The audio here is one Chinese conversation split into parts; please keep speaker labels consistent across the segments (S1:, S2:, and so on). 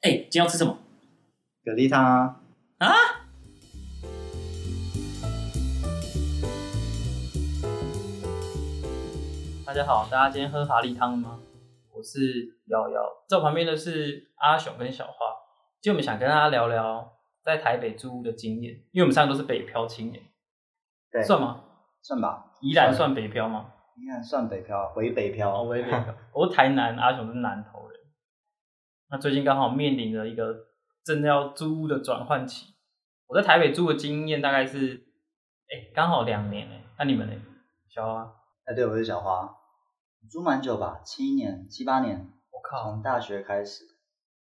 S1: 哎、今天要吃什么？
S2: 蛤蜊汤啊，
S3: 大家好，大家今天喝蛤蜊汤了吗？我是瑶瑶，在我旁边的是阿雄跟小花。今天我们想跟大家聊聊在台北租屋的经验，因为我们三个都是北漂青年，
S2: 对，
S3: 算吗？
S2: 算吧，
S3: 宜兰算北漂吗？
S2: 你看算北漂，回北
S3: 哦，
S2: 漂，
S3: 我也北漂， 我是台南，阿雄是南投人。那最近刚好面临了一个真的要租屋的转换期。我在台北租的经验大概是，哎、刚好两年哎、那你们呢？小花，
S2: 哎，对，我是小花，租蛮久吧，七年、七八年，
S3: 我靠，
S2: 从大学开始，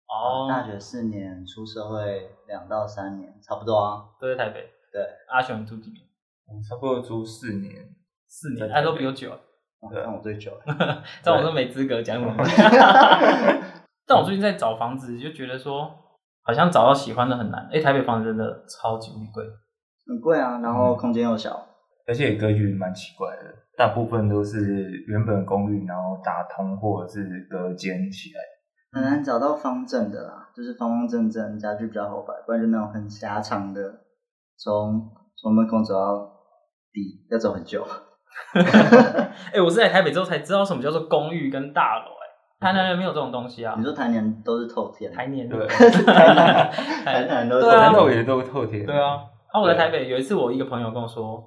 S3: 哦，
S2: 大学四年，出社会两到三年，差不多啊，
S3: 都在台北。
S2: 对，
S3: 阿雄你住几年？
S4: 我差不多租四年，
S3: 四年，
S4: 在
S3: 哎，
S4: 台
S3: 都
S4: 北
S3: 比我久啊。
S2: 哇
S4: 对
S2: 看我最久了，
S3: 但我都没资格讲什么。 但我最近在找房子，就觉得说好像找到喜欢的很难。哎、台北房子真的超级无敌贵，
S2: 很贵啊，然
S3: 嗯
S2: 后空间又小，
S4: 而且格局蛮奇怪的，大部分都是原本公寓，然后打通或者是隔间起来。
S2: 很难找到方正的啦，就是方方正正，家具比较好摆，不然就那种很狭长的，从从门口走到底要走很久。
S3: 哎、我是来台北之后才知道什么叫做公寓跟大楼、哎，台南人没有这种东 西啊
S2: 你。说台年都是透天，
S3: 台年
S4: 对
S2: 台南台南都是
S3: 对啊
S4: 南
S2: 透
S4: 岛
S2: 天，
S4: 也都透天。
S3: 对啊，啊，我来台北有一次，我一个朋友跟我说，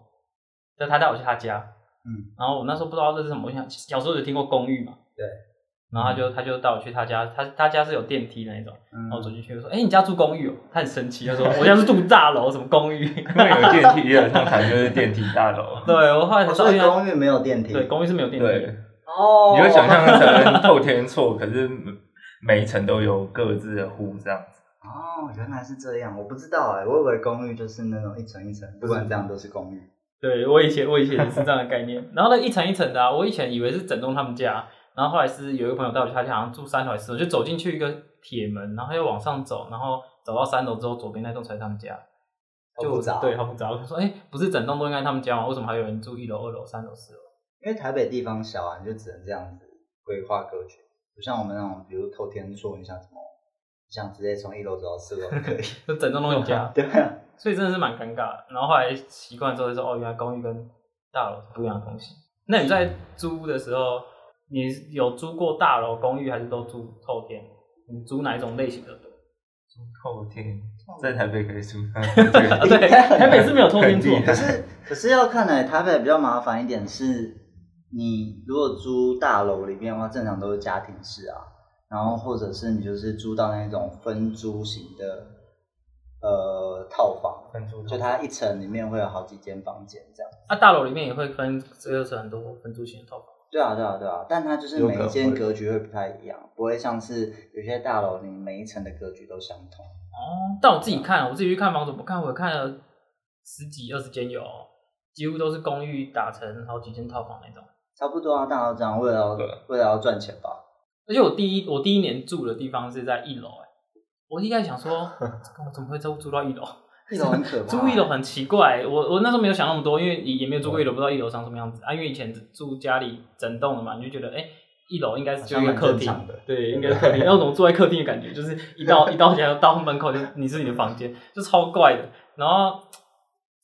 S3: 就他带我去他家，
S2: 嗯，
S3: 然后我那时候不知道这是什么，我想小时候就听过公寓嘛，
S2: 对，
S3: 然后他就他就带我去他家，他他家是有电梯的那种，
S2: 嗯
S3: 然后我走进去我说，哎、你家住公寓哦，他很生气，他说我家是住大楼，什么公寓，
S4: 因 为有电梯，也有通常就是电梯大 楼。
S3: 对我后来才
S2: 哦
S3: 知道
S2: 所以
S3: 原来
S2: 公寓没有电梯，
S3: 对公寓是没有电梯
S4: 对
S3: 的，，
S2: 哦
S4: 你会想象成透天厝，可是每一层都有各自的户这样子。
S2: 哦，原来是这样，我不知道哎，我以为公寓就是那种一层一层，不管这样都是公寓。
S3: 对我以前我以前也是这样的概念，然后呢一层一层的、啊，我以前以为是整栋他们家，然后后来是有一个朋友带我去他家，好像住三楼还是四楼，就走进去一个铁门，然后又往上走，然后走到三楼之后，左边那栋才是他们家，
S2: 好
S3: 就
S2: 复杂哦
S3: 对，好复杂。我就说，哎、不是整栋都应该他们家吗？为什么还有人住一楼、二楼、三楼、四楼？
S2: 因为台北地方小啊，你就只能这样子规划格局，不像我们那种，比如透天厝，你想怎么，你想直接从一楼走到四楼可以。
S3: 就整栋都有 家，
S2: 对啊，
S3: 所以真的是蛮尴尬的。然后后来习惯之后就说，哦，原来公寓跟大楼是不一样的东西。那你在租的时候，你有租过大楼、公寓，还是都租透天？你租哪一种类型的多？
S4: 透天在台北可以住，对
S3: 啊， 对，台北是没有透天住
S4: 很厉，害
S2: 可是可是要看呢、台北比较麻烦一点是，你如果租大楼里面的话，正常都是家庭式啊，然后或者是你就是租到那种分租型的呃套房，
S4: 分租
S2: 就它一层里面会有好几间房间这样。
S3: 啊，大楼里面也会分，这就是很多分租型的套房。
S2: 对啊，对啊，对啊，但它就是
S4: 有
S2: 每
S4: 可
S2: 一
S4: 能
S2: 间
S4: 会
S2: 格局会不太一样，不会像是有些大楼你每一层的格局都相同。
S3: 哦，但我自己看，我自己去看房子，不看我看了十几二十间有哦，几乎都是公寓打成好几间套房那种。
S2: 差不多啊，大家都这样，为了要
S4: 对
S2: 为了要赚钱吧。
S3: 而且我第一我第一年住的地方是在一楼，哎，我一开始想 说，我怎么会租租到一楼？
S2: 一楼很可怕，
S3: 哎租一楼很奇怪，欸我我那时候没有想那么多，因为也也没有住过
S2: 嗯
S3: 一楼，不知道一楼长什么样子啊。因为以前住家里整栋的嘛，你就觉得哎、一楼应该是就一个客厅
S2: 好像蛮正常的，
S3: 对，应该是客厅。然后怎么坐在客厅的感觉，就是一到一到家到门口就你是你的房间，就超怪的。然后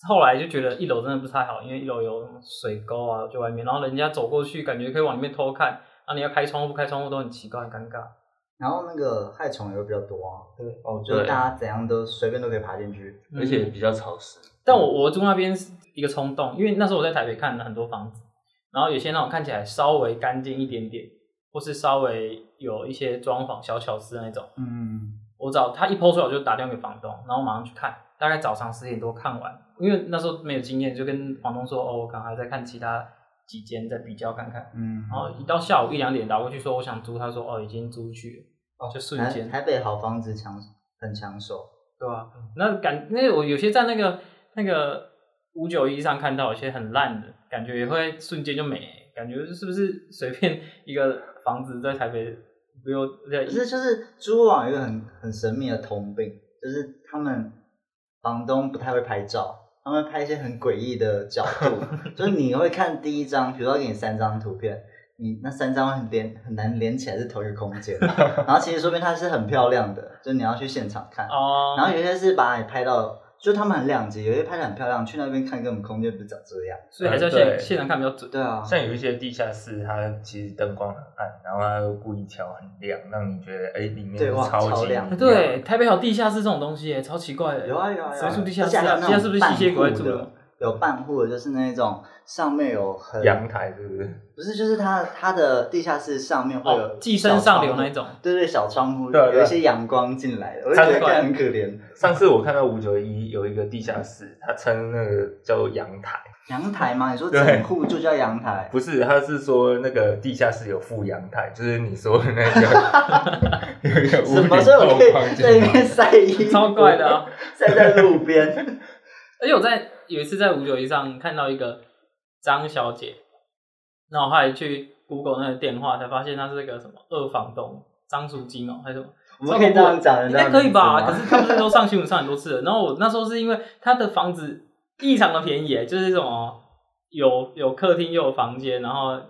S3: 后来就觉得一楼真的不太好，因为一楼有什么水沟啊，就外面，然后人家走过去感觉可以往里面偷看，然后你要开窗户，不开窗户都很奇怪，很尴尬。
S2: 然后那个害虫也会比较多啊，
S4: 哦
S2: 就是大家怎样都随便都可以爬进去。
S3: 而且比
S4: 较潮湿。
S3: 嗯但我我住那边是一个冲动，因为那时候我在台北看了很多房子，然后有些那种看起来稍微干净一点点，或是稍微有一些装潢小巧思的那种，
S2: 嗯，
S3: 我找他一抛出来我就打电话给房东，然后马上去看，大概早上十点多看完，因为那时候没有经验，就跟房东说哦，我刚才在看其他几间，再比较看看。
S2: 嗯
S3: 然后一到下午一两点打过去说我想租，他说哦已经租去了，就瞬
S2: 哦台
S3: 间
S2: 台北好房子抢很抢手，
S3: 对啊，那感那我有些在那个那个五九一上看到有些很烂的，感觉也会瞬间就没，感觉是不是随便一个房子在台北不用在
S2: 可是就是租网有一个很很神秘的通病，就是他们房东不太会拍照，他 们会拍一些很诡异的角度，就是你会看第一张，比如说给你三张图片，你那三张很连很难连起来是同一个空 间，然后其实说不定它是很漂亮的，就你要去现场看，
S3: 哦，
S2: 然后有些是把你拍到，就他们很两极，有些拍的很漂亮，去那边看根本空间不是长这样，
S3: 所以还是要
S4: 呃
S3: 现
S4: 对
S3: 现场看比较准。
S2: 对啊，
S4: 像有一些地下室，它其实灯光很暗，然后它又故意调很亮，让你觉得哎、里面
S2: 对哇
S4: 超
S2: 超
S4: 级
S2: 亮
S3: 对，，台北还有地下室这种东西耶，超奇怪的。
S2: 有啊有啊有啊，
S3: 谁住地下
S2: 而
S3: 室
S2: 且还有
S3: 啊？
S2: 那
S3: 地
S2: 种
S3: 下室不是吸血鬼
S2: 半
S3: 住
S2: 户
S3: 的
S2: 的？？有半户的，就是那种上面有很
S4: 阳台是不是？
S2: 不是，就是它它的地下室上面会
S3: 哦
S2: 有，
S3: 寄生上流
S2: 小窗户
S3: 那一种。啊
S2: 对对，小窗户
S4: 对对
S2: 有一些阳光进来的，我就
S4: 它
S2: 觉得
S4: 是
S2: 看很可怜。
S4: 上次我看到五九一有一个地下室，它称那个叫阳台，
S2: 阳台吗？你说
S4: 对
S2: 整户就叫阳台？
S4: 不是，他是说那个地下室有副阳台，就是你说的那个 有一个屋
S2: 什
S4: 顶
S2: 么时候
S4: 后
S2: 可
S4: 房
S2: 以在里面
S4: 间，
S2: 晒衣服？
S3: 超怪的啊！
S2: 晒在路边。
S3: 而且我在有一次在五九一上看到一个张小姐，然后我后来去 Google 那个电话，才发现她是那个什么二房东张淑金哦，还是什么？
S2: 我们可以这样讲人
S3: 应
S2: 家
S3: 该可以吧？可
S2: 名字吗
S3: 是他们都上新闻上很多次了。然后我那时候是因为她的房子异常的便宜耶，就是这种哦有有客厅又有房间，然后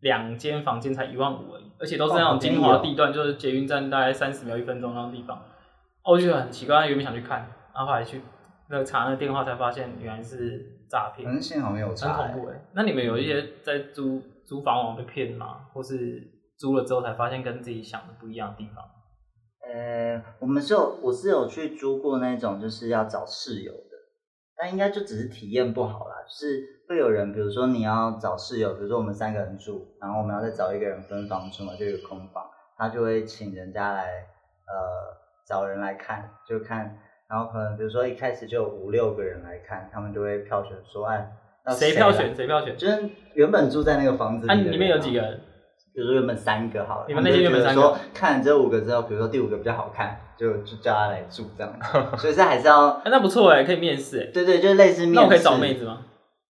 S3: 两间房间才一万五而已，而且都是那
S2: 哦
S3: 种
S2: 好便宜
S3: 精华
S2: 哦
S3: 地段，就是捷运站大概三十秒一分钟那种地方。哦，我就觉得很奇怪，原本想去看，然后后来去那个查那个电话，才发现原来是诈骗，
S2: 嗯，幸好没有
S3: 很
S2: 查、嗯
S3: 恐怖哎、那你们有一些在租租房网被骗吗？或是租了之后才发现跟自己想的不一样的地方？
S2: 呃，我们是有，我是有去租过那种就是要找室友的，但应该就只是体验不好啦，就是会有人，比如说你要找室友，比如说我们三个人住，然后我们要再找一个人分房住嘛，就有空房，他就会请人家来，呃，找人来看，就看，然后可能比如说一开始就有五六个人来看，他们就会票选说，哎，那
S3: 谁
S2: 来
S3: 票选？？谁票选？
S2: 就是原本住在那个房子
S3: 啊，
S2: 里的人啊、
S3: 里面有几个人？
S2: 比如说原本三个好了，
S3: 你们那些原本三个
S2: 他们就觉得说看这五个之后，比如说第五个比较好看，就就叫他来住这 样子，所以这还是要
S3: 哎、那不错哎、可以面试哎、
S2: 对对，就是类似面试。
S3: 那我可以找妹子吗？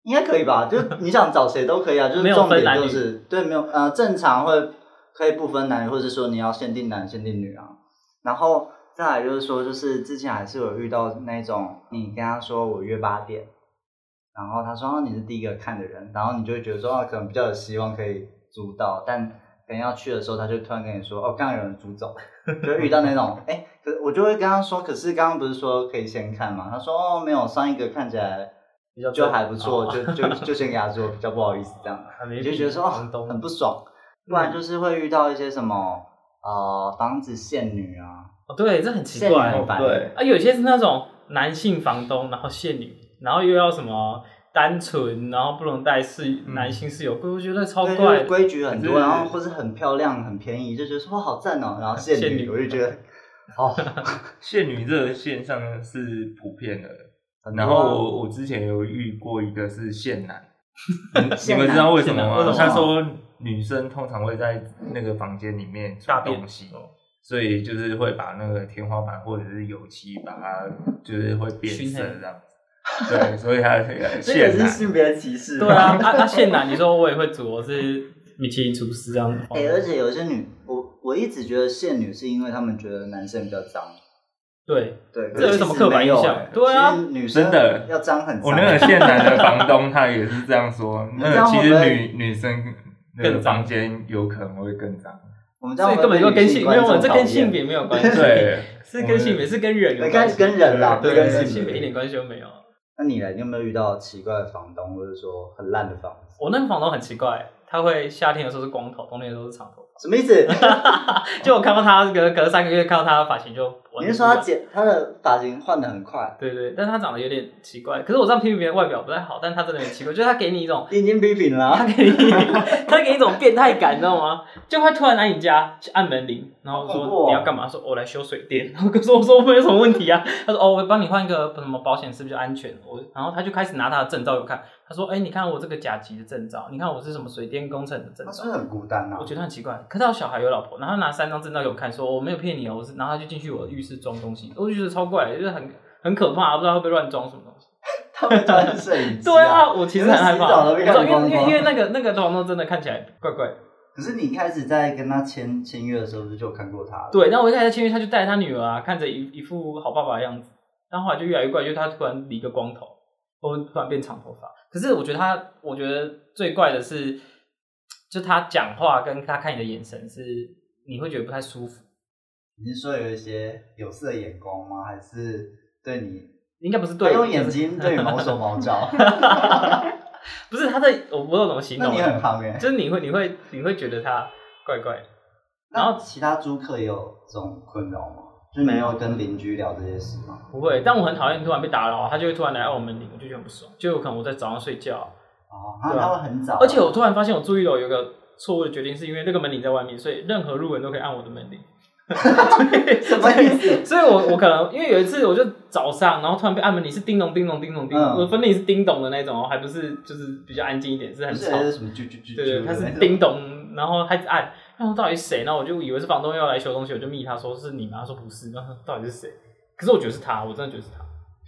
S2: 应该可以吧？就是你想找谁都可以啊，就是
S3: 没有
S2: 重
S3: 分
S2: 点
S3: 男女
S2: 就是对没有呃正常会可以不分男女，或者说你要限定男限定女啊。然后再来就是说，就是之前还是有遇到那种你跟他说我约八点，然后他说、哦、你是第一个看的人，然后你就会觉得说哦可能比较有希望可以租到，但可能要去的时候他就突然跟你说哦刚刚有人租走， 就遇到那种哎、可我就会跟他说，可是刚刚不是说可以先看嘛？他说哦没有，上一个看起来。
S3: 比较
S2: 就还不错，
S3: 哦
S2: 就就就先给他做，比较不好意思这样，
S3: 还没
S2: 你就觉得说
S3: 房
S2: 哦
S3: 东
S2: 很不爽，不
S3: 嗯
S2: 然就是会遇到一些什么呃房子限女啊，
S3: 哦，对，这很奇
S2: 限女
S3: 怪
S2: 很烦，
S4: 哦对，
S3: 啊。有些是那种男性房东，然后限女，然后又要什么单纯，然后不能带室男性室友，我觉得超
S2: 对，
S3: 怪
S2: 就是
S3: 的。
S2: 规矩很
S4: 可
S2: 多，
S4: 是
S2: 然后或是很漂亮、很便宜，就觉得说哇好赞哦，然后限
S3: 限
S2: 女，
S3: 女
S2: 我就觉得哦，
S4: 限女这个现象是普遍的。
S2: 很多啊
S4: 然后我我之前有遇过一个是限 男，你你
S2: 限男
S4: 们知道为什么
S3: 限男为什
S4: 吗？
S3: 么
S4: 他说女生通常会在那个房间里面
S3: 大
S4: 抓
S3: 便
S4: 东西，所以就是会把那个天花板或者是油漆把它就是会变
S3: 熏
S4: 色
S3: 黑
S4: 这样子。对，所以他这个
S2: 这也
S4: 限
S2: 是
S4: 男。
S2: 性别歧视，
S3: 对 啊，啊啊限男，你说我也会煮，我是米其林厨师这样子。哦
S2: 哎，而且有些女，我我一直觉得限女是因为他们觉得男生比较脏，
S3: 对，
S2: 对，
S3: 这有
S2: 可是
S3: 什么
S2: 其实
S3: 刻板
S2: 没有
S3: 印象
S2: 哎
S3: 对啊
S2: 其实女生
S4: 真的
S2: 要脏很脏，
S4: 我那个现男的房东他也是这 样说，那
S2: 这样
S4: 个
S2: 会
S4: 其
S2: 不
S4: 实
S2: 会
S4: 女女生那个
S3: 更脏
S4: 房间有可能会更脏。
S2: 我们这样
S3: 所以
S2: 会
S3: 根本
S2: 被
S3: 就
S2: 女
S3: 跟
S2: 性
S3: 性没
S2: 观
S3: 有，啊
S2: 众
S3: 这
S2: 讨
S3: 跟
S2: 厌
S3: 性别没有关系，
S4: 对，
S3: 是跟性别，是跟人有
S2: 对
S3: 关
S2: 跟
S3: 系，
S2: 跟人啦，不
S3: 对
S2: 跟
S3: 对，
S2: 性
S3: 性别一
S2: 别。
S3: 点关系都没有。
S2: 那你呢？你有没有遇到奇怪的房东，或者说很烂的房子？
S3: 我那个房东很奇怪，他会夏天的时候是光头，冬天的时候是长头发。
S2: 什么 意思？
S3: 就我看到他隔隔三个月看到他的发型就完全不一样，
S2: 你是说他剪他的发型换的很快？
S3: 对对，但是他长得有点奇怪。可是我这样批评别人外表不太好，但他真的很奇怪，就是他给你一种，
S2: 你已经批评 了
S3: 他
S2: 啊，
S3: 给你他给你一种变态感，你知道吗？就会突然来你家去按门铃，然后
S2: 好恐
S3: 说、
S2: 怖哦
S3: 你要干嘛？说我来修水电。然后我说我说我没有什么问题啊。他说哦，我帮你换一个什么保险是比较安全。我然后他就开始拿他的证照给我看，他说哎，你看我这个甲级的证照，你看我是什么水电工程的证
S2: 他是
S3: 照
S2: 不。是很孤单啊
S3: 我？觉得很奇怪，可是他有小孩有老婆，然后拿三张证照给我看，说我没有骗你哦，我是，然后他就进去我的浴室装东西，我就觉得超怪，就是很很可怕，不知道会不会乱装什么东西。
S2: 他们穿 摄影机。
S3: 对啊，，我其实很害
S2: 你们洗澡
S3: 怕，
S2: 都
S3: 我
S2: 被
S3: 知
S2: 看
S3: 道
S2: 光
S3: 因为
S2: 光
S3: 因为因为那个那个房东真的看起来怪怪的。
S2: 可是你一开始在跟他签签约的时候，不是就有看过他了？
S3: 对，然后我一开始签约，他就带着他女儿啊，看着一一副好爸爸的样子，然后后来就越来越怪，就是他突然理个光头，或突然变长头发。可是我觉得他，我觉得最怪的是，就他讲话跟他看你的眼神是，你会觉得不太舒服。
S2: 你是说有一些有色眼光吗？还是对你
S3: 应该不是
S2: 他
S3: 对，
S2: 用眼睛对你毛 手毛脚？
S3: 不是他的，我不知道怎么形
S2: 那
S3: 容
S2: 你很
S3: 啊，
S2: 夯欸 耶。
S3: 就是你会你会你会觉得他怪怪的。然
S2: 那
S3: 后
S2: 其他租客也有这种困扰吗？就是没有跟邻居聊这些事吗？
S3: 不会，但我很讨厌突然被打扰，他就会突然来哎按我门铃，我就觉得很不爽。就有可能我在早上睡觉，
S2: 哦，那
S3: 对啊
S2: 他会很早，
S3: 而且我突然发现我住一楼有一个错误的决定，是因为那个门铃在外面，所以任何路人都可以按我的门铃。
S2: 什么意 思？
S3: 所以我我可能因为有一次我就早上，然后突然被按门铃是叮咚叮咚叮咚叮咚，
S2: 嗯
S3: 我的分铃是叮咚的那种哦，还不是就是比较安静一点，是很
S2: 不是
S3: 吵。
S2: 还是什么啾啾啾啾？
S3: 对对，它是叮。咚，然后他一直按，然后到底是谁？然后我就以为是房东要来修东西，我就密他说是你吗？他说不是，然后到底是谁？可是我觉得是他，我真的觉得是他。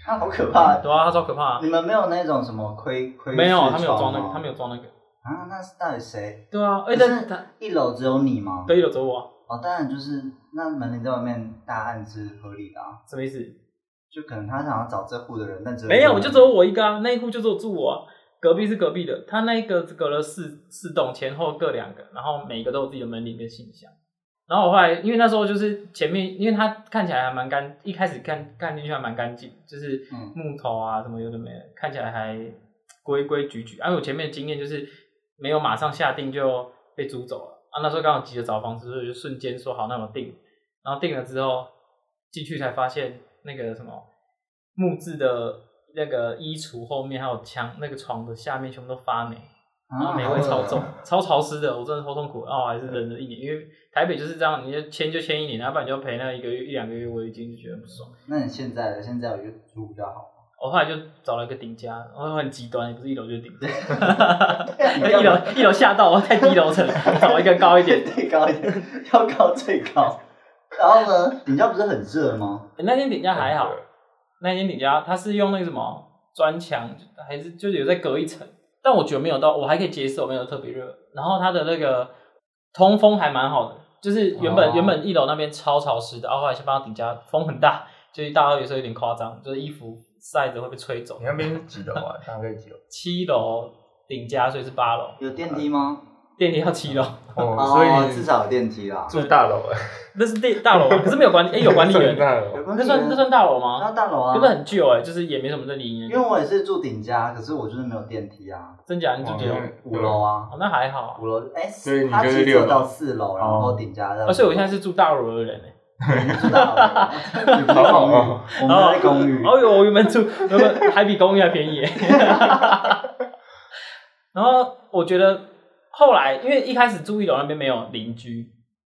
S2: 他好可怕！
S3: 对啊，他超可怕、
S2: 你们没有那种什么窥窥
S3: 没有，啊
S2: 视
S3: 他没有装
S2: 窗
S3: 那个，
S2: 吗
S3: 他没有装那个。
S2: 啊，那是到底谁？
S3: 对啊，而
S2: 可
S3: 且
S2: 是
S3: 他
S2: 一楼只有你吗？
S3: 对一楼走我啊、
S2: 哦，当然就是那门铃在外面大按是合理的啊，
S3: 什么意思？
S2: 就可能他想要找这户的人，但只有
S3: 没有，
S2: 你
S3: 就只有我一个啊，那一户就只有住我、啊，隔壁是隔壁的，他那一个只隔了四四栋，前后各两个，然后每一个都有自己的门铃跟信箱。然后我后来，因为那时候就是前面，因为它看起来还蛮干，一开始看看进去还蛮干净，就是
S2: 嗯
S3: 木头啊什么有的没的，看起来还规规矩矩。而、啊、我前面的经验就是没有马上下定就被租走了啊，那时候刚好急着找房子，所以就瞬间说好，那我定。然后定了之后进去才发现那个什么木质的那个衣橱后面还有墙那个床的下面全部都发霉，然后
S2: 啊，
S3: 霉
S2: 好
S3: 味
S2: 恶
S3: 超
S2: 哦
S3: 重，超潮湿的，我真的超痛苦。然后我还是忍了一年，因为台北就是这样，你就签就签一年，要不然你就赔那一个月一两个月，我已经觉得不爽。
S2: 那你现在的现在我就住比较 好，
S3: 我后来就找了一个顶家，我很极端，也不是一楼就是顶家，
S2: 你干嘛
S3: 一楼一楼吓到我太低楼层了，找一个高一点。
S2: 最高一点， 要高最高。然后呢，顶家不是很热吗？
S3: 欸那间顶家还好，那间顶家它是用那个什么砖墙，还是就是有再隔一层，但我觉得没有到，我还可以接受，没有特别热。然后它的那个通风还蛮好的，就是原本、
S2: 哦
S3: 原本一楼那边超潮湿的，然后后来先搬到顶家，风很大，就是大到有时候有点夸张，就是衣服晒着会被吹走
S4: 你。那边是几楼啊？大概几楼？
S3: 七楼顶家，所以是八楼，
S2: 有电梯吗？
S3: 电梯要七楼，
S2: 嗯
S4: 哦，所以
S2: 至少有电梯啦。
S4: 住大楼哎，
S3: 那是电大楼啊，可是没有管理，哎、有管理
S4: 住
S3: 员，
S4: 大
S2: 有
S4: 楼，
S2: 关
S3: 那
S2: 系啊
S3: 算那算大楼吗？
S2: 那大楼
S3: 那不是
S2: 啊，
S3: 很旧哎、就是也没什么在理你
S2: 因为，我也是住顶家，可是我就是没有电梯啊，
S3: 真假你住几楼？
S2: 五楼
S4: 啊，
S2: 啊
S3: 哦，，那还好啊。
S2: 五楼哎，
S4: 所以你
S2: 它
S4: 就是
S2: 其实只
S4: 六
S2: 有
S4: 楼
S2: 到四楼，然后顶家到。
S3: 而且我现在是住大楼的人哎、
S2: 知道了，你不是公寓，我们在公寓。
S3: 哦哟，我原本住原本还比公寓还便宜、欸 然后我觉得后来，因为一开始住一楼那边没有邻居，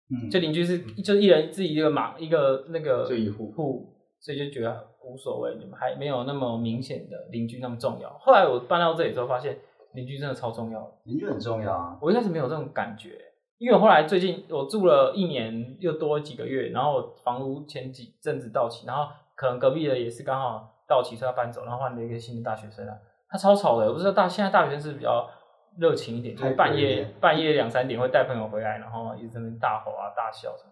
S2: 嗯
S3: 就邻居是就是一人自己一个马一个那个
S4: 就一户
S3: 户，所以就觉得无所谓，你们还没有那么明显的邻居那么重要。后来我搬到这里之后，发现邻居真的超重要的。
S2: 邻居很重要啊。
S3: 我一开始没有这种感觉，因为我后来最近我住了一年又多几个月，然后我房屋前几阵子到期，然后可能隔壁的也是刚好到期，所以要搬走，然后换了一个新的大学生来，他超吵的，我不知道大现在大学生是比较热情一点，就是半
S2: 太多一
S3: 夜
S2: 点
S3: 半夜两三点会带朋友回来，然后一直在那边大吼啊大笑什么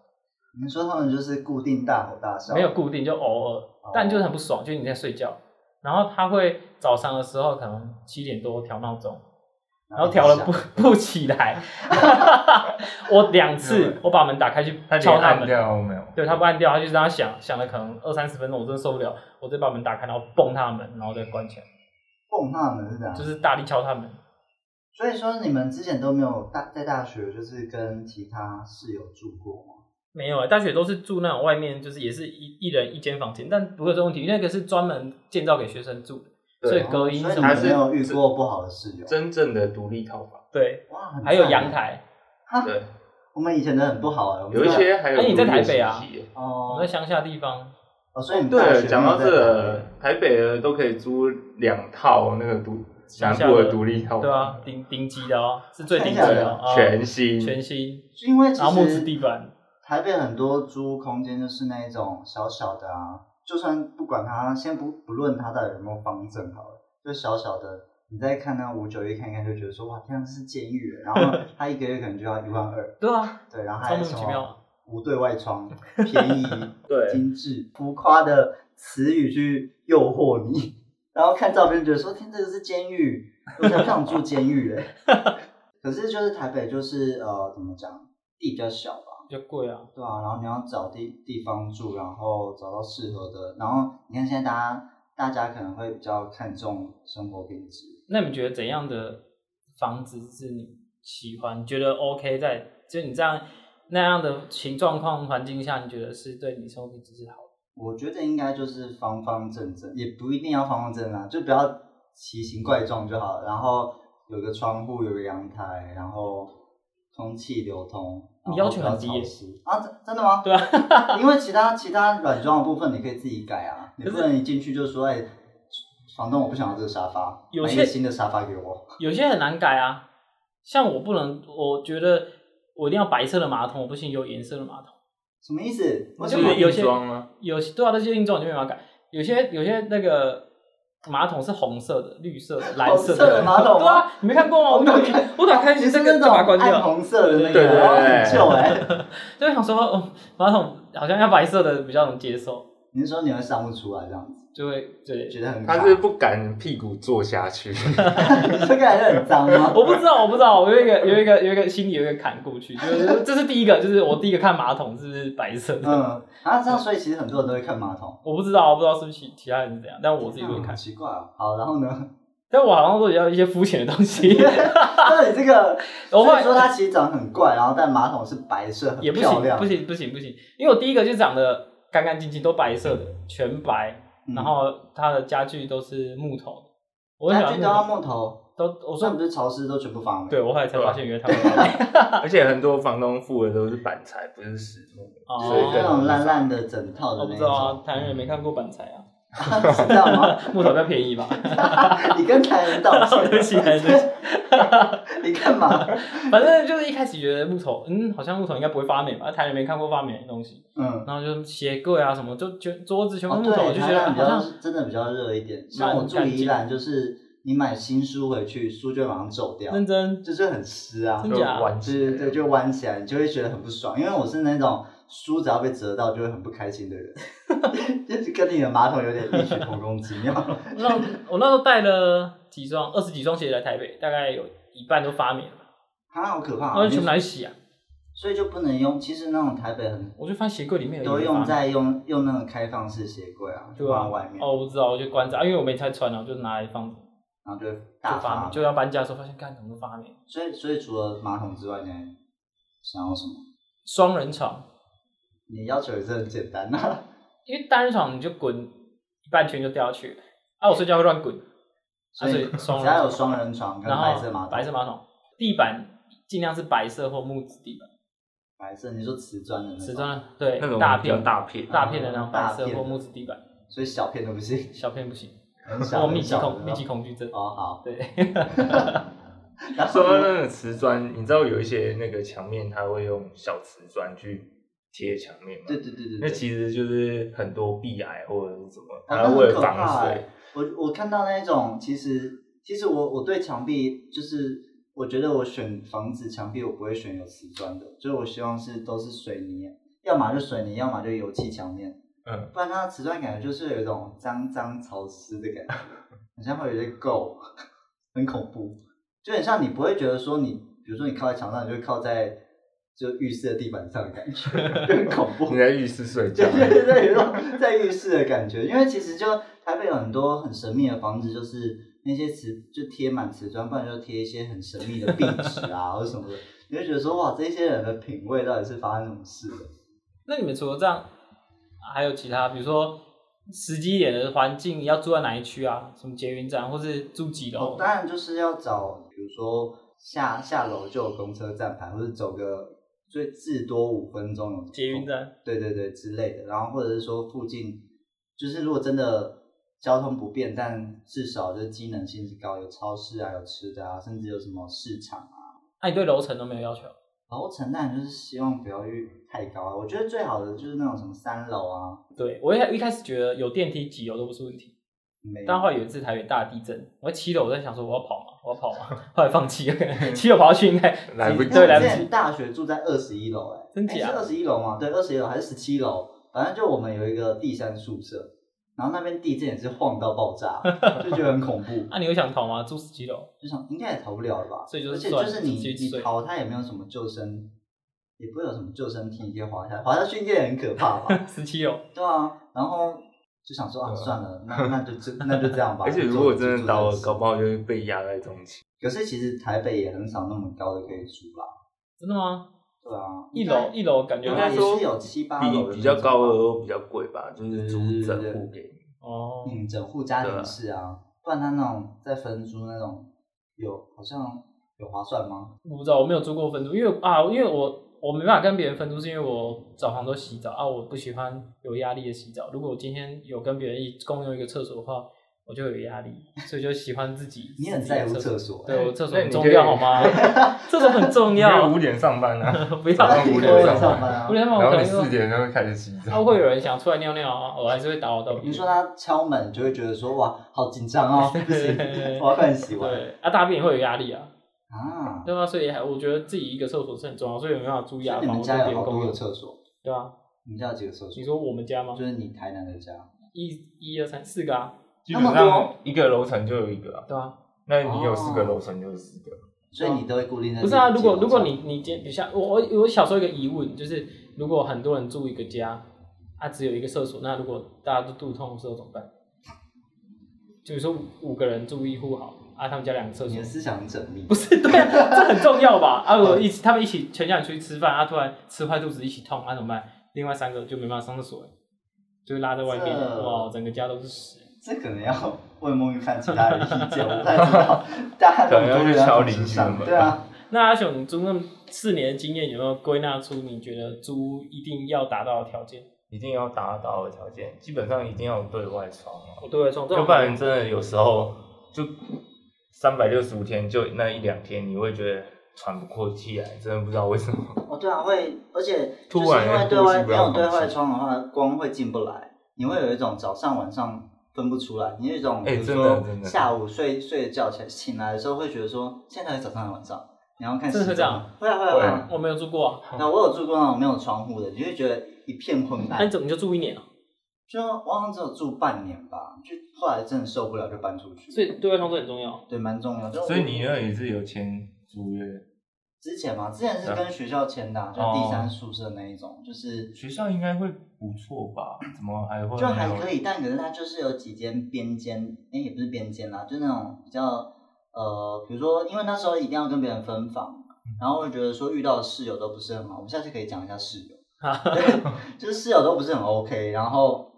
S2: 你们说他们就是固定大吼大
S3: 的，
S2: 笑，
S3: 没有固定就偶尔，但就是很不爽，就是你在睡觉，然后他会早上的时候可能七点多调闹钟，然后调了不不起来， 我两次我把门打开去
S4: 他
S3: 敲
S4: 连
S3: 他
S4: 按
S3: 门，
S4: 掉都没有，
S3: 对他不按掉，他就让他响响了可能二三十分钟，我真的受不了，我再把门打开，然后蹦他的门，然后再关起来，
S2: 蹦他们是这样
S3: 就。是大力敲他门。
S2: 所以说你们之前都没有大在大学就是跟其他室友住过吗？
S3: 没有，啊大学都是住那种外面，就是也是一一人一间房间，但不会有这个问题，那个是专门建造给学生住的，所以隔音
S2: 所以
S3: 什么
S2: 你们
S4: 还
S3: 的
S2: 没有遇过不好的室友。
S4: 真正的独立套房，
S3: 对，
S2: 哇，很赞
S3: 还有阳。台，
S2: 哈
S4: 对，
S2: 我们以前真的很不好哎，我们
S4: 有一些还有
S3: 啊哎你在
S4: 独立的
S3: 台北啊
S4: 时期耶
S3: 我
S2: 哦
S3: 们在乡下地方，
S2: 哦，所以你们大学没有
S4: 对，
S2: 在
S4: 讲到这
S2: 台
S4: 个
S2: 北，
S4: 台北的都可以租两套那个独
S3: 乡
S4: 南
S3: 下
S4: 部的独立套房，
S3: 对啊，顶顶级的哦，是最顶级
S2: 真的
S3: 的
S2: 假
S3: 哦，哦
S4: 全新，
S3: 全新，
S2: 就因为其
S3: 然后木质地
S2: 实
S3: 板，
S2: 台北很多租空间就是那一种小小的啊，就算不管它，先不不论它到底有没有方正好了，就小小的，你再看那五九一看一看就觉得说哇，天啊，这是监狱耶，然后它一个月可能就要一万二，
S3: 对啊，
S2: 对，然后
S3: 超
S2: 还有
S3: 莫名
S2: 什
S3: 其妙
S2: 么无对 外窗、便宜、
S4: 对
S2: 精致、浮夸的词语去诱惑你，然后看照片觉得说天，这个是监狱，我才不想住监狱嘞。 可是就是台北就是呃怎么讲，地比较小吧，
S3: 比较贵啊。
S2: 对啊，然后你要找地地方住，然后找到适合的，然后你看现在大家大家可能会比较看重生活品质，
S3: 那你觉得怎样的房子是你喜欢？你觉得 OK 在，就你这样那样的情状况环境下，你觉得是对你生活品质是好的？
S2: 我觉得应该就是方方正正，也不一定要方方正正啊，就不要奇形怪状就好了。然后有个窗户，有个阳台，然后空气流通。
S3: 你要求
S2: 然后
S3: 很
S2: 不
S3: 低
S2: 要
S3: 耶
S2: 潮湿啊？真真的吗？
S3: 对啊，
S2: 因为其他其他软装的部分你可以自己改啊，你不能一进去就说哎、房东我不想要这个沙发，
S3: 有
S2: 买一
S3: 些
S2: 个新的沙发给我。
S3: 有些很难改啊。像我不能，我觉得我一定要白色的马桶，我不行有颜色的马桶。
S2: 什么意思？为
S3: 我
S2: 什
S3: 就
S2: 么
S3: 是有些
S4: 硬装啊
S3: 有些对啊，那些硬装你就没办法改。有些有些那个马桶是红色的、绿色的、蓝色
S2: 红色的马桶吗
S3: 对啊，你没看过吗？
S2: 我
S3: 我
S2: 没有
S3: 打
S2: 看
S3: 开，我打开
S2: 你是
S3: 这
S2: 那
S3: 个就把它
S2: 种
S3: 关
S2: 暗
S3: 掉。
S2: 红色的那个，
S4: 对对对
S2: 哇很旧哎、
S3: 就想说，哦，马桶好像要白色的比较能接受，
S2: 你是说你会上不出来这样子，
S3: 就会对。
S2: 觉得很卡
S1: 他是不敢屁股坐下去，
S2: 这个还是很脏吗？
S3: 我不知道，我不知道，我有一个有一个有一个心里有一个坎过去，就是这是第一个，就是我第一个看马桶是不是白色的，
S2: 嗯，啊，这样所以其实很多人都会看马桶，
S3: 我不知道，我不知道是不是其其他人是怎样，但我自己会
S2: 很
S3: 看，
S2: 奇怪哦。好，然后呢？
S3: 但我好像都比较一些肤浅的东西，
S2: 那你这个，
S3: 我
S2: 所
S3: 会
S2: 以说它其实长得很怪，然后但马桶是白色，很
S3: 也不
S2: 漂
S3: 行
S2: 亮。
S3: 不行不行不行，因为我第一个就长得干干净净，都白色的，全白，
S2: 嗯
S3: 然后它的家具都是木头的，我很喜
S2: 家
S3: 欢
S2: 具
S3: 木
S2: 都要
S3: 头，
S2: 木头，
S3: 都我
S2: 我说
S3: 说
S2: 不是潮湿都全部发霉。
S3: 对，我后来才发现原来他们
S1: 而且很多房东付的都是板材，不是实木。
S2: 就
S1: 对
S2: 是那
S1: 对
S3: 哦，
S2: 种烂烂的整套的
S3: 我不
S2: 那
S3: 知道啊
S2: 种，，
S3: 台湾人没看过板材啊，
S2: 是这样吗？
S3: 木头比较便宜吧。
S2: 你跟台人道歉，
S3: 对不起台人对
S2: 你干嘛？
S3: 反正就是一开始觉得木头，嗯，好像木头应该不会发霉吧？台南没看过发霉的东西，
S2: 嗯，
S3: 然后就鞋柜啊什么，就就桌子全部
S2: 哦
S3: 木头，我就
S2: 对，台
S3: 觉得
S2: 南
S3: 好
S2: 比较
S3: 像
S2: 真的比较热一点，像我住
S3: 干净
S2: 宜兰就是，你买新书回去，书就会马上皱掉，
S3: 认真
S2: 就是很湿啊，
S3: 真
S1: 就
S3: 假
S1: 弯
S2: 对对对，
S1: 就
S2: 就弯起来，你就会觉得很不爽。因为我是那种书只要被折到就会很不开心 的人，就是跟你的马桶有点异曲同 工之妙。啊
S3: 那我那时候带了几双，二十几双鞋来台北，大概有一半都发霉了，
S2: 啊，好可怕、
S3: 然
S2: 啊！
S3: 后就全部拿去洗啊，
S2: 所以就不能用。其实那种台北很
S3: 我就发现鞋柜里面有
S2: 都
S3: 一个
S2: 用
S3: 发霉
S2: 在用用那种开放式鞋柜啊，
S3: 对
S2: 放
S3: 吧
S2: 在外面，？
S3: 哦，我不知道，我就关着，啊因为我没拆穿啊，我就拿来放着，
S2: 然后就会大
S3: 就发
S2: 发
S3: 霉，。就要搬家的时候发现，干怎么都发霉？
S2: 所以所以除了马桶之外，你还想要什么？
S3: 双人床，
S2: 你要求也是很简单啊。
S3: 因为单人床你就滚一半圈就掉下去了，啊，我睡觉会乱滚，啊，所以双
S2: 只
S3: 人床
S2: 要有。双人床跟
S3: 然后
S2: 白色马桶，
S3: 白色马桶，地板尽量是白色或木质地板，
S2: 白色，你说瓷砖的那种
S3: 瓷，砖对
S1: 那种
S3: 大
S1: 比较
S3: 片
S1: 大片，
S3: 大片的那种白
S2: 嗯大
S3: 色
S2: 片
S3: 或
S2: 的
S3: 木质地板，
S2: 所以小片都不行，
S3: 小片不行，
S2: 很小
S3: 我
S2: 很
S3: 密集
S2: 小的
S3: 恐密集恐惧症。
S2: 哦好。
S3: 对，
S2: 然后
S1: 说到
S2: 呢
S1: 那个瓷砖，你知道有一些那个墙面，它会用小瓷砖去贴墙面吗？
S2: 对对对对
S1: 那
S2: 对，
S1: 其实就是很多壁癌或者是什么，它
S2: 啊那
S1: 为了
S2: 很可怕
S1: 防
S2: 欸
S1: 水，
S2: 我我看到那一种，其实其实我我对墙壁就是。我觉得我选房子墙壁，我不会选有瓷砖的，就是我希望是都是水泥，要么就水泥，要么就油漆墙面，
S1: 嗯，
S2: 不然它的瓷砖感觉就是有一种脏脏潮湿的感觉，好像会有些垢，很恐怖。就很像你不会觉得说你，比如说你靠在墙上，你就会靠在就浴室的地板上的感觉，就很恐 怖。
S1: 你在浴室睡觉
S2: 对，对对对，有种在浴室的感觉。因为其实就台北有很多很神秘的房子，就是那些瓷就贴满瓷砖，不然就贴一些很神秘的壁纸啊或者什么的，你会觉得说哇，这些人的品味到底是发生什么事了？
S3: 那你们除了这样，还有其他，比如说实际一点的环境，要住在哪一区啊？什么捷运站，或是住几
S2: 哦
S3: 楼，？
S2: 当然就是要找，比如说下下楼就有公车站牌，或者走个最至多五分钟有
S3: 捷运站，
S2: 对对对之类的，然后或者是说附近，就是如果真的交通不便，但至少就是机能性是高，有超市啊，有吃的啊，甚至有什么市场啊。
S3: 那你对楼层都没有要求？
S2: 楼层当然就是希望不要越太高啊，我觉得最好的就是那种什么三楼啊，
S3: 对我一开一开始觉得有电梯几楼都不是问题，
S2: 没
S3: 但后来有一次台北大地震，我在七楼，我在想说我要跑嘛，我要跑嘛， 后来放弃了。七楼跑下去应该
S1: 来不及
S3: 对，来
S2: 我之
S3: 不及
S2: 前。大学住在二十一楼，哎，
S3: 真
S2: 哎
S3: 假
S2: 是二十一楼吗？对，二十一楼还是十七楼？反正就我们有一个第三宿舍，然后那边地震也是晃到爆炸， 就觉得很恐怖。
S3: 那、啊你会想逃吗？住十几楼，
S2: 就想应该也逃不了了吧？
S3: 所以就是
S2: 而且
S3: 算
S2: 就是你
S3: 自己
S2: 你
S3: 睡
S2: 逃，它也没有什么救生，也不会有什么救生梯，你可以滑下来，滑下去应该也很可怕吧？
S3: 十七楼，
S2: 对啊，然后就想说啊，
S1: 对啊
S2: 算了，那那就这那就这样吧。
S1: 而且
S2: 就
S1: 如果真的倒了，搞不
S2: 好。
S1: 好就会被压在中间。
S2: 可是其实台北也很少那么高的可以住啦。
S3: 真的吗？
S2: 对啊，
S3: 一
S2: 应该
S3: 楼一楼感觉
S2: 应
S1: 应
S2: 该
S1: 该
S2: 也
S1: 说
S2: 是有七八楼的那
S1: 比
S2: 种
S1: 比较高的都比较贵吧，就是租整
S2: 对对
S1: 户
S2: 对
S1: 给你。
S3: 哦，
S2: 嗯，整户家
S1: 对啊
S2: 庭式啊，不然他那种在分租那种，有好像有划算吗？
S3: 我不知道，我没有住过分租，因为啊，因为我我没办法跟别人分租，是因为我澡堂都洗澡啊，我不喜欢有压力的洗澡。如果我今天有跟别人一共用一个厕所的话，我就有压力，所以就喜欢自己。
S2: 你很
S3: 自己的
S2: 在乎
S3: 厕
S2: 厕
S3: 所？
S2: 所，欸
S3: 对，我厕所
S1: 那
S3: 很
S1: 你
S3: 重
S1: 可以
S3: 要好吗？ 厕所很重要。
S1: 五点上班 啊，
S3: 不要
S1: 早 上
S2: 五
S1: 五
S2: 点
S1: 点
S2: 上
S1: 上
S2: 班
S1: 班
S2: 啊
S3: 不。然 我
S4: 然后
S3: 可
S4: 你
S3: 能
S4: 四
S3: 说，
S4: 点就会开始洗
S3: 啊，
S4: 澡。
S3: 会有人想出来尿尿啊，我还是会打扰到别人。
S2: 你说他敲门，就会觉得说哇，好紧 张哦，不行，我要快点洗完
S3: 对啊，大便也会有压力啊，
S2: 啊。
S3: 对吧？所以还我觉得自己一个厕所是很重要，所以有没办法啊租
S2: 所
S3: 牙
S2: 以你
S3: 房
S2: 们
S3: 或
S2: 家
S3: 者
S2: 有
S3: 员
S2: 好
S3: 工
S2: 多个
S3: 用，
S2: 厕所？
S3: 对啊。
S2: 你们家有几个厕所？
S3: 你说我们家吗
S2: 就？是你台南的家，
S3: 一、一二三四个啊，
S4: 基本
S2: 那么
S4: 上一个楼层就有一个啊，
S3: 对啊。
S4: 那你有四个
S2: 哦
S4: 楼层就是四个。
S2: 所以你都会固定在
S3: 不是啊，
S2: 自
S3: 如
S2: 己的
S3: 果如果
S2: 厕所
S3: 你你今比像我我我小时候有一个疑问就是，如果很多人住一个家，啊只有一个厕所，那如果大家都肚痛的时候怎么办？就是说五五个人住一户好，啊他们家两个厕
S2: 你
S3: 所
S2: 的，思想很缜密，
S3: 不 是对啊，这很重要吧？啊
S2: 嗯
S3: 我一起他们一起全家人出去吃饭，啊突然吃坏肚子一起痛，啊怎么办？另外三个就没办法上厕所了，就拉在外面，
S2: 这
S3: 哇整个家都是屎。
S2: 这可能要问孟玉看其他人的意见，我不太知道大家那么多人要同时上，对啊，
S3: 那阿雄你租那么四年的经验有没有归纳出你觉得租屋一定要达到的条件？
S1: 一定要达到的条件，基本上一定要有对外窗啊，
S3: 我对外窗，这
S1: 要
S3: 种
S1: 不然真的有时候就三百六十五天就那一两天，你会觉得喘不过气来，真的不知道为什么。
S2: 哦对啊会，而且就
S1: 突
S2: 是
S1: 然
S2: 因为对外
S1: 呼吸不
S2: 没
S1: 到
S2: 有
S1: 空气
S2: 对外窗的话，光会进不来，你会有一种早上晚上分不出来，你有一种比
S1: 哎
S2: 如
S1: 真的
S2: 说
S1: 真的
S2: 下午睡睡觉起来醒来的时候会觉得说现在到底早上还是晚上，你要看
S3: 真的
S2: 时
S3: 会这
S2: 钟
S3: 样
S2: 吗，会啊会啊会啊，
S3: 我没有住过、啊，
S2: 那我有住过那种没有窗户的，你会觉得一片昏
S3: 那你
S2: 暗，
S3: 怎么就住一年啊？
S2: 就我好像只有住半年吧，就后来真的受不了就搬出去，
S3: 所以对外窗这很重要。
S2: 对蛮重要，就
S1: 所以
S2: 我
S1: 你那也是有签租约，
S2: 之前嘛，之前是跟学校签的啊、
S1: 哦
S2: 就第三宿舍那一种，就是
S1: 学校应该会不错吧？怎么还会
S2: 就还可
S1: 以？
S2: 以，但可是它就是有几间边间，哎、也不是边间啦，就那种比较呃，比如说，因为那时候一定要跟别人分房，然后我觉得说遇到的室友都不是很好，我们下次可以讲一下室友，对，就是室友都不是很 OK，然后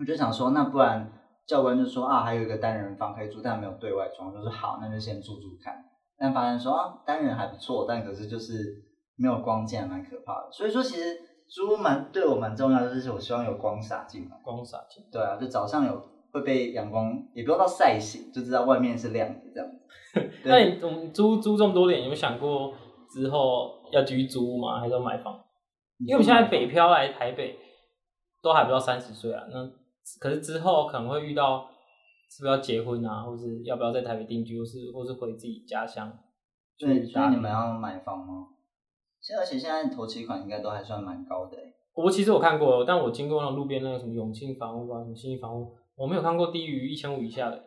S2: 我就想说，那不然教官就说啊，还有一个单人房可以住，但没有对外窗，我就说好，那就先住住看。但发现说啊，单人还不错，但可是就是没有光线，蛮可怕的。所以说，其实租屋蛮对我蛮重要的，就是我希望有光洒进来。
S3: 光洒进，
S2: 对啊，就早上有会被阳光，也不用到晒醒，就知道外面是亮的这样。对
S3: 那你我们租租这么多年，有没有想过之后要继续租屋吗？还是要买房？因为我们现在北漂来台北，都还不到三十岁啊。那可是之后可能会遇到，是不是要结婚啊，或是要不要在台北定居，或是或是回自己家乡去
S2: 对，所以
S3: 打
S2: 你
S3: 拼
S2: 们要买房吗？现在而且现在头期款应该都还算蛮高的欸、
S3: 我其实我看过，但我经过那种路边那个什么永庆房屋啊，什么新义房屋，我没有看过低于一千五以下的。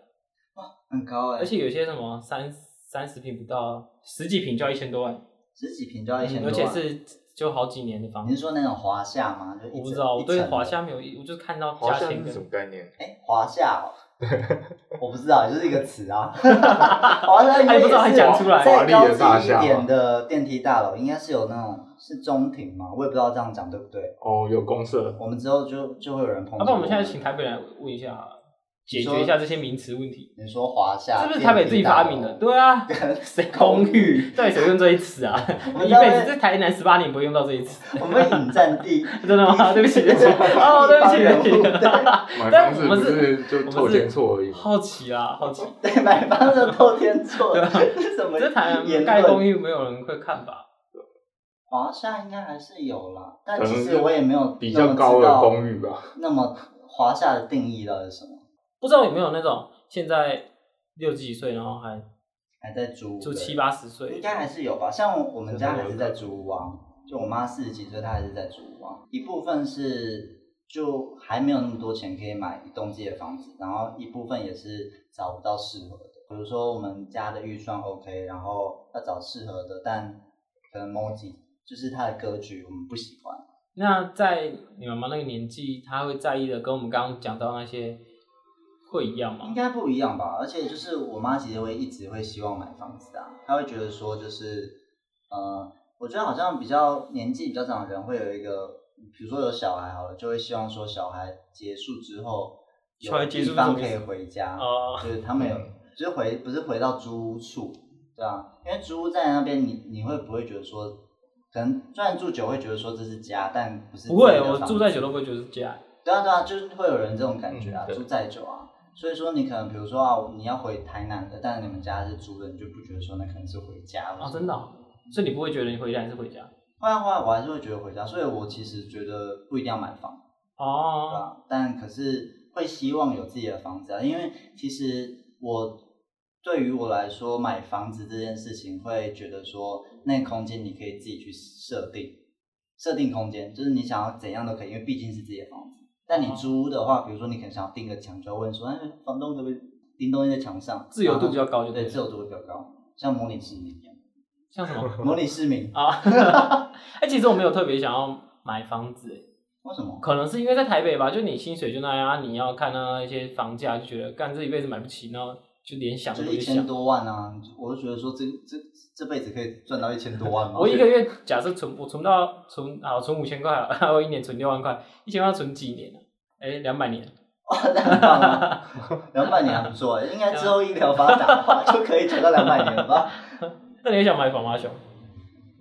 S2: 很高哎、
S3: 而且有些什么三三十平不到，十几平就要一千多万，嗯
S2: 十几平就要一千多
S3: 而
S2: 万。
S3: 且是就好几年的房
S2: 你是
S3: 子。
S2: 说那种华夏吗？就一
S3: 我不
S2: 层
S3: 知道，我
S2: 一层
S3: 对
S2: 的
S3: 华夏没有意，我就看到
S1: 华
S3: 价
S1: 夏
S3: 钱
S1: 是
S3: 跟
S1: 什么概念？
S2: 哎、华夏、哦，我不知道，就是一个词 啊。华夏应该
S3: 还不知道还讲出来
S2: 再
S1: 华丽的
S2: 高
S1: 大
S2: 级
S1: 厦
S2: 一
S1: 吗
S2: 点的电梯大楼，应该是有那种是中庭嘛，我也不知道这样讲对不对。
S1: 哦，有公社，
S2: 我们之后就就会有人碰。
S3: 要、啊不然我们现在请台北人来问一下好了，解决一下这些名词问题。
S2: 你说华夏，
S3: 是不是台北自己发明的？
S2: 啊电梯
S3: 对 啊，
S2: 大楼？
S3: 谁公寓？ 到底谁用这一词啊？
S2: 们
S3: 你一辈子在台南十八年不会用到这一词，
S2: 我们引战地，
S3: 真的 吗？对不起，对不起，哦，对不起，对不起。
S1: 买
S3: 但
S1: 房
S3: 我
S1: 子
S3: 们
S1: 不
S3: 是
S1: 是就
S3: 我
S1: 凑
S3: 们是
S1: 钱错而已吗？
S3: 好奇啊，好奇。
S2: 对，买方的偷天错，
S3: 对啊
S2: 这是什么
S3: 这台
S2: 言
S3: 南盖公
S2: 论？
S3: 寓没有人会看吧？
S2: 华夏应该还是有啦，但
S1: 可能
S2: 其实
S1: 是
S2: 我也没有
S1: 比较高的公寓吧。
S2: 那么华夏的定义到底是什么？
S3: 不知道有没有那种现在六十几岁，然后还
S2: 还在租屋
S3: 就
S2: 的
S3: 七八十岁
S2: 应，该还是有吧。像我们家还是在租屋啊，就我妈四十几岁，她还是在租屋啊。一部分是就还没有那么多钱可以买一栋自己的房子，然后一部分也是找不到适合的。比如说我们家的预算 OK，然后要找适合的，但可能某几就是它的格局我们不喜欢。
S3: 那在你妈妈那个年纪，她会在意的，跟我们刚刚讲到那些会一样吗
S2: 应？该不一样吧？而且就是我妈其实会一直会希望买房子啊，她会觉得说就是，呃，我觉得好像比较年纪比较长的人会有一个，比如说有小孩好了，就会希望说小孩结束之后有
S3: 小孩结束是
S2: 地
S3: 什
S2: 方
S3: 么
S2: 可
S3: 意
S2: 以
S3: 思
S2: 回家，
S3: 哦
S2: 就是他们有就是回不是回到租屋处，对啊，因为租屋在那边你你会不会觉得说，可能虽然住久会觉得说这是家，但不是
S3: 不会，
S2: 自己的
S3: 我
S2: 房
S3: 住再
S2: 子
S3: 久都不会觉得是家。
S2: 对啊，对啊，就是会有人这种感觉啊，
S1: 嗯对
S2: 住再久啊。所以说你可能比如说啊，你要回台南的，但是你们家是租的，你就不觉得说那可能是回家了
S3: 哦，真的哦、所以你不会觉得你回家还是回家？
S2: 会啊会啊，我还是会觉得回家。所以我其实觉得不一定要买房，对啊
S3: 哦，
S2: 吧、但可是会希望有自己的房子啊，因为其实我对于我来说，买房子这件事情会觉得说，那个空间你可以自己去设定，设定空间就是你想要怎样都可以，因为毕竟是自己的房
S3: 嗯
S2: 子。但你租屋的话，比如说你可能想要钉个墙，就要问说，哎，房东可不可以钉东西在墙上？啊
S3: 自由度比较高就对
S2: 对，
S3: 了
S2: 自由度会比较高，像模拟市民一样，
S3: 像什么
S2: 模拟市民
S3: 啊？ 哎、其实我没有特别想要买房子，哎
S2: 为什么？
S3: 可能是因为在台北吧，就你薪水就那样，啊你要看到一些房价，就觉得干这一辈子买不起，然后就连想
S2: 就
S3: 都不
S2: 一
S3: 会
S2: 千
S3: 想。
S2: 多万啊！我就觉得说这这这辈子可以赚到一千多万吗？
S3: 我一个月假设存我存到存好存五千块好了，然后一年存六万块，一千万存几年啊？哎、两百年。
S2: 哇，那很棒啊！两百年还不错，应该之后医疗发达的话就可以存到两百年了吧？
S3: 那你也想买房吗，熊？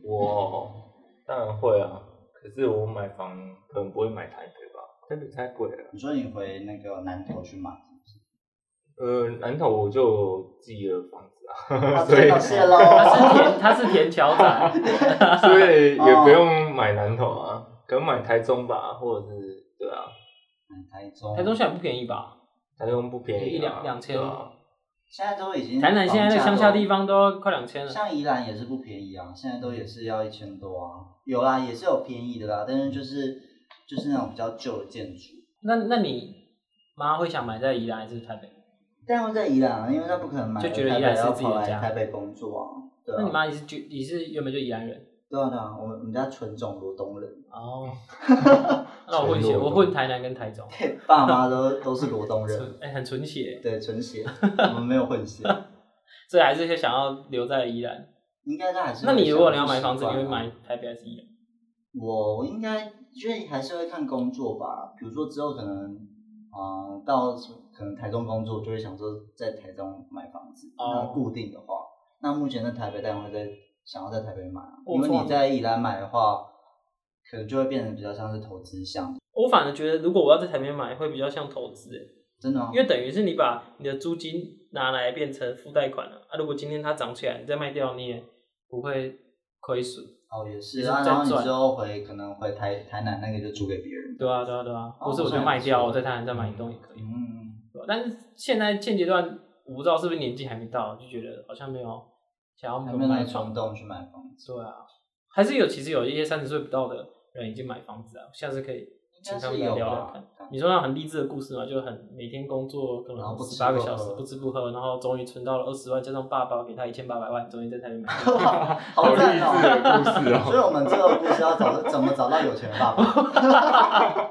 S1: 我当然会啊，可是我买房可能不会买台北吧，台北太贵了。
S2: 你说你回那个南投去买，
S1: 呃，南投我就有自己的房子
S2: 啊
S1: 啊，所
S2: 真
S1: 以
S2: 的是喽，
S3: 他是田，他是田乔 仔。
S1: 所以也不用买南投啊，可能买台中吧，或者是对啊，
S2: 台中，
S3: 台中现在不便宜吧？
S1: 台中不便宜、啊，
S3: 一两 两千
S1: 对啊，
S2: 现在都已经
S3: 台南现在那个乡下地方都要快两千
S2: 房
S3: 了
S2: 价都，像宜兰也是不便宜啊，现在都也是要一千多啊，有啦，也是有便宜的啦，但是就是就是那种比较旧的建筑。
S3: 那那你妈会想买在宜兰还是台北？
S2: 但会在宜兰啊，因为他不可能买
S3: 就
S2: 了
S3: 觉得
S2: 台
S3: 宜
S2: 北
S3: 兰是
S2: 要
S3: 自己的
S2: 跑来
S3: 家
S2: 台北工作啊。对啊
S3: 那你妈也是就也是原本就宜兰人
S2: 对啊对啊，我们我们家纯种罗东人，
S3: 哦。那我混血，我混台南跟台中，
S2: 爸妈都都是罗东人，
S3: 纯哎、很纯血，
S2: 对，纯 血，我们没有混血。
S3: 所以还是想要留在宜兰。
S2: 应该他还是。
S3: 那你如果你要买房子，你会
S2: 啊
S3: 买？台北还是宜兰？
S2: 我应该觉得还是会看工作吧，比如说之后可能啊、呃到可能台中工作，就会想说在台中买房子。
S3: 哦
S2: 那固定的话，那目前在台北，当然会在想要在台北买啊，
S3: 哦
S2: 因为
S3: 这样
S2: 你在宜兰买的话，可能就会变成比较像是投资项，
S3: 我反而觉得，如果我要在台北买，会比较像投资、哎
S2: 真的、哦
S3: 因。为等于是你把你的租金拿来变成付贷款了。啊，如果今天它涨起来，你再卖掉，你也不会亏损。
S2: 哦，也是
S3: 也是
S2: 啊，
S3: 在
S2: 然后你
S3: 赚
S2: 之后回可能回台台南那个就租给别人。
S3: 对啊，对啊，对啊，
S2: 哦
S3: 不是我
S2: 这
S3: 就
S2: 样也
S3: 卖
S2: 不
S3: 掉，
S2: 错
S3: 我在台南再买一栋也可以。
S2: 嗯，
S3: 对吧但是现在现阶段，我不知道是不是年纪还没到，就觉得好像没有想要
S2: 还没有那
S3: 买
S2: 个冲
S3: 房。
S2: 动去买房子，
S3: 对啊，还是有，其实有一些三十岁不到的人已经买房子啊，下次可以请
S2: 应
S3: 他
S2: 该
S3: 们
S2: 是
S3: 来
S2: 有
S3: 聊啊聊
S2: 吧
S3: 看。？你说那很励志的故事嘛，就很每天工作可
S2: 然后
S3: 能
S2: 不
S3: 十
S2: 吃
S3: 八个
S2: 不
S3: 小
S2: 喝
S3: 时不吃不喝，然后终于存到了二十万，加上爸爸给他一千八百万，终于在台北 买房子。
S2: 哇
S1: 好
S2: 好
S1: 励
S2: 赞
S1: 志的
S2: 哦！
S1: 故事
S4: 啊
S1: 哦、
S2: 所以我们这个故事要找怎么找到有钱的 爸爸？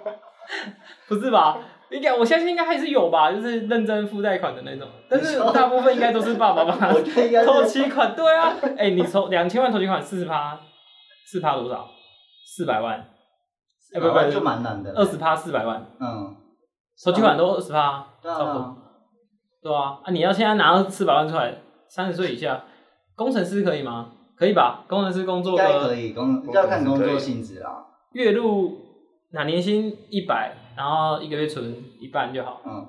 S3: 不是吧？应该我相信应该还是有吧，就是认真付贷款的那种，但是大部分应该都是爸爸帮他
S2: 我觉得应该
S3: 投
S2: 是
S3: 期款，对 啊，哎、你投两千万投期款四十趴，四趴多少？四百万，哎不不
S2: 就蛮难的。
S3: 二十趴四百万，
S2: 嗯，
S3: 投期款都二十趴，
S2: 对啊
S3: 差不
S2: 对
S3: 多
S2: 啊，，
S3: 对啊，啊你要现在拿到四百万出来，三十岁以下，工程师可以吗？可以吧？工程师工
S2: 应
S3: 作
S2: 该可
S3: 个
S2: 以工要看工作性质啦。
S3: 月入哪年薪一百，然后一个月存一半就好，
S2: 嗯，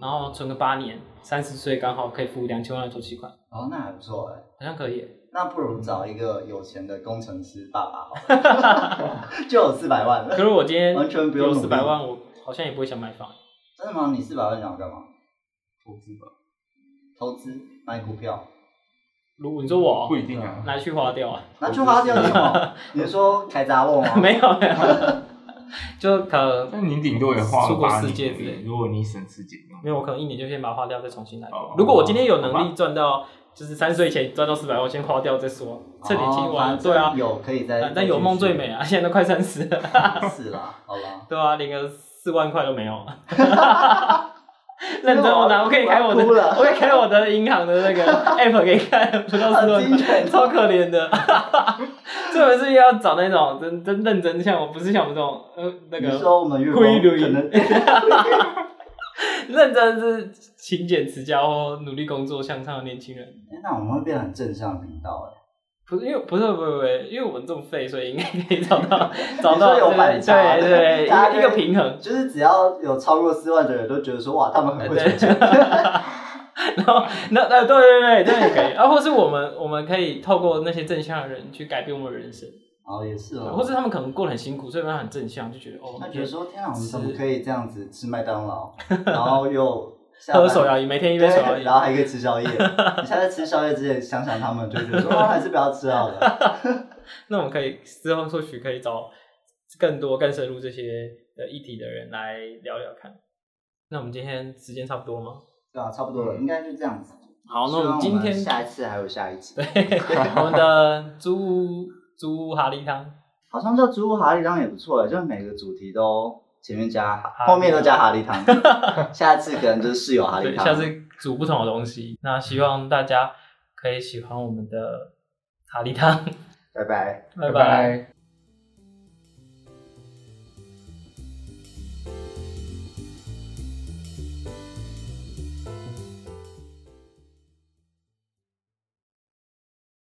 S3: 然后存个八年，三十岁刚好可以付两千万的投期款，
S2: 哦，那还不错哎。
S3: 好像可以耶。
S2: 那不如找一个有钱的工程师爸爸好了，就有四百万
S3: 可
S2: 了。
S3: 是我今天
S2: 完全不用
S3: 有
S2: 努
S3: 四
S2: 力
S3: 百万，我好像也不会想买房。
S2: 真的吗？你四百万想要干嘛？
S1: 投资 吧，
S2: 投资买股票？
S3: 如果你说我
S4: 不一定啊。
S3: 拿去花掉啊？
S2: 拿去花掉是什么？你是说开杂货吗？
S3: 没有没有， 就可
S1: 但
S3: 能
S1: 你顶多也花
S3: 出
S1: 了
S3: 国
S1: 八
S3: 世界之类
S1: 年，如果你省吃俭用，
S3: 没有，我可能一年就先把它花掉，再重新来过。
S1: 哦
S3: 如果我今天有
S1: 好
S3: 能
S1: 吧
S3: 力赚到，就是三岁前赚到四百万，我先花掉再说，趁年轻
S2: 哦
S3: 玩。
S2: 反正
S3: 对啊，
S2: 有可以再，
S3: 反正有梦最美啊！现在都快三十了，
S2: 再继续。是啦，好啦。
S3: 对啊，连个四万块都没 有。认真我拿，我可以开我的，
S2: 哭了
S3: 我可以开我的银行的那个 app 给你看，不到四
S2: 很
S3: 万
S2: 精
S3: 块，
S2: 准
S3: 超可怜的。这本是要找那种真真认真，像我不是像我们这种呃 那
S2: 你
S3: 个
S2: 说我们月光
S3: 灰流
S2: 可能哎
S3: 认真是勤俭持家或努力工作向上的年轻人。
S2: 那我们会变得很正向的频道哎，
S3: 不是因为不是不是不是，因为我们这么废，所以应该可以找 到找到
S2: 有反差
S3: 对对对
S2: 大家
S3: 一个一个
S2: 就会
S3: 平衡。
S2: 就是只要有超过四万的人都觉得说哇，他们很会
S3: 哎对
S2: 存钱，
S3: 然后那那对对对，这样也可以。啊，或是我们我们可以透过那些正向的人去改变我们的人生，
S2: 哦也是哦，
S3: 或是他们可能过得很辛苦，所以他们很正向，就觉得哦，
S2: 他觉得说天啊，我们
S3: 吃
S2: 怎么可以这样子吃麦 当劳，然后又下班
S3: 喝手摇饮，每天一杯手摇
S2: 对，
S3: 饮
S2: 然。后还可以吃 宵夜。你下次吃宵夜之前想想他们，就觉得说哦还是不要吃好了。
S3: 那我们可以之后或许可以找更多更深入这些的议题的人来聊聊看。那我们今天时间差不多 吗？
S2: 对啊，差不多了，应该就这样子。
S3: 嗯好，那
S2: 希望
S3: 们今天
S2: 下一次还有下 一集，
S3: 我们的猪猪哈利汤。
S2: 好像叫植物哈利汤也不错，欸就是每个主题都前面加
S3: 哈
S2: 哈，后面都加哈利汤，下次可能就是室友哈利
S3: 对，
S2: 汤。
S3: 下次煮不同的东西。那希望大家可以喜欢我们的塔利汤，
S2: 拜拜。
S3: 拜拜。